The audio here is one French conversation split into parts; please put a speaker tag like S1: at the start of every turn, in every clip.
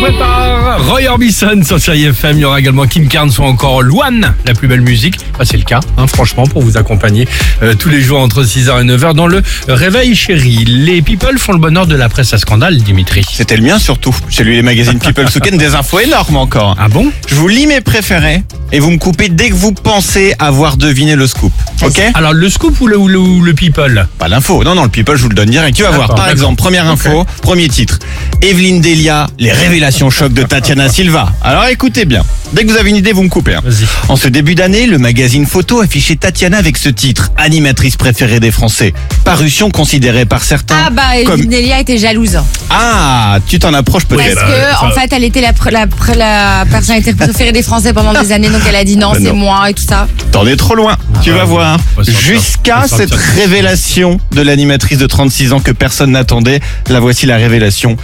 S1: prépare Roy Orbison sur Chérie FM. Il y aura également Kim Carnes ou encore Luan, la plus belle musique. Bah, c'est le cas, hein, franchement, pour vous accompagner euh, tous les jours entre 6h et 9h dans le Réveil Chéri. Les people font le bonheur de la presse à scandale, Dimitri.
S2: C'était le mien surtout. J'ai lu les magazines People Weekend, des infos énormes encore.
S1: Ah bon
S2: Je vous lis mes préférés et vous me coupez dès que vous pensez avoir deviné le scoop. Ok Ah,
S1: Alors, le scoop ou le, ou le- ou le people
S2: Pas l'info. Non, non, le People, je vous le donne direct. Tu vas voir.
S1: D'accord,
S2: Par
S1: d'accord.
S2: exemple, première info, premier titre. Evelyne Delia, les révélations chocs de Tatiana Silva. Alors écoutez bien. Dès que vous avez une idée, vous me coupez. hein.
S1: Vas-y.
S2: En ce début d'année, le magazine photo affichait Tatiana avec ce titre, animatrice préférée des Français. Parution considérée par certains
S3: Ah bah,
S2: comme...
S3: Nelia était jalouse.
S2: Ah, tu t'en approches
S3: Parce
S2: peut-être.
S1: bah,
S3: que, en
S1: ça-
S3: fait, elle était la, pr- la, pr- la personnalité préférée des Français pendant des années, donc elle a dit non,
S2: Bah
S3: c'est
S2: non.
S3: moi et tout ça.
S2: T'en es trop loin, tu
S1: Ah,
S2: vas voir.
S1: faut sortir,
S2: Jusqu'à
S1: faut sortir.
S2: cette révélation de l'animatrice de 36 ans que personne n'attendait, la voici la révélation.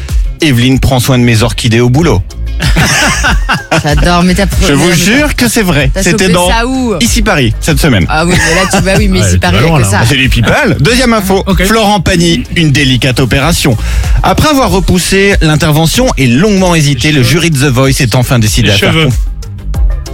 S2: Evelyne prend soin de mes orchidées au boulot.
S3: J'adore, mais t'as
S2: Je vous jure que c'est vrai.
S3: t'as
S2: C'était
S3: chopé
S2: dans
S3: ça où
S2: Ici Paris cette semaine.
S3: Ah oui, mais là, tu vas, oui, mais
S1: Ouais,
S3: c'est
S1: tu
S3: pareil
S1: vas loin,
S3: que
S1: là.
S3: ça.
S2: C'est les people. Deuxième info.
S1: Ok.
S2: Florent Pagny, une délicate opération. Après avoir repoussé l'intervention et longuement hésité,
S1: Les
S2: le jury de The Voice est enfin décidé
S1: Les
S2: à faire
S1: cheveux.
S2: con-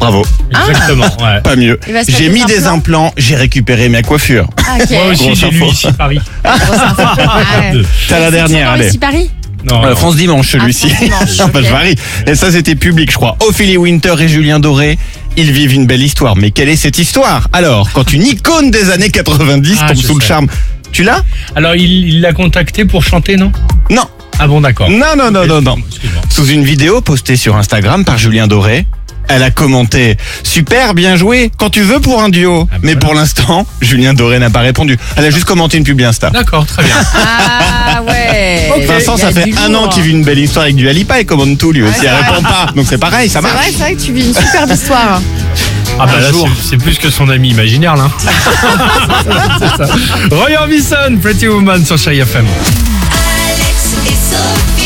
S2: Bravo,
S1: Exactement, ouais.
S2: pas mieux.
S3: Il va se faire
S2: J'ai
S3: des
S2: mis des
S3: implants.
S2: implants, j'ai récupéré ma coiffure.
S3: Ah, ok.
S1: Moi aussi,
S2: Grosse
S1: j'ai lu
S2: info.
S1: ici Paris.
S3: Grosse info. Ah, ouais.
S1: Deux.
S2: T'as la
S3: C'est
S2: dernière,
S3: toujours
S2: allez.
S3: ici Paris
S1: Oh Non,
S2: Euh,
S1: non.
S2: France Dimanche, celui-ci.
S3: Ah, France Dimanche,
S2: Non, bah,
S3: ok.
S2: je varie. Et ça, c'était public, je crois. Ophélie Winter et Julien Doré, ils vivent une belle histoire. Mais quelle est cette histoire Alors, quand une icône des années 90
S1: Ah,
S2: tombe
S1: je
S2: sous le
S1: sais.
S2: charme, tu l'as
S1: Alors, il il l'a contacté pour chanter, non
S2: Non.
S1: Ah bon, d'accord.
S2: Non, non, non, non, non.
S1: Excuse-moi.
S2: Sous une vidéo postée sur Instagram par Julien Doré, elle a commenté Super, bien joué, quand tu veux pour un duo.
S1: Ah, bah
S2: Mais
S1: voilà.
S2: pour l'instant, Julien Doré n'a pas répondu. Elle a juste commenté une pub Insta.
S1: D'accord, très bien.
S3: Ah ouais.
S2: Vincent,
S3: Il y a
S2: ça fait
S3: du
S2: un
S3: lourd. hein.
S2: an qu'il vit une belle histoire avec du Alipa et commente tout lui aussi.
S3: c'est
S2: elle
S3: vrai.
S2: répond pas. Donc c'est pareil, ça
S3: C'est
S2: marche.
S3: vrai, c'est vrai que tu vis une superbe histoire. hein.
S1: Ah bah
S2: Un
S1: là,
S2: jour.
S1: c'est- c'est plus que son ami imaginaire là. hein. C'est ça. Roy Orbison, Pretty Woman sur Chérie FM.
S4: Alex et Sophie.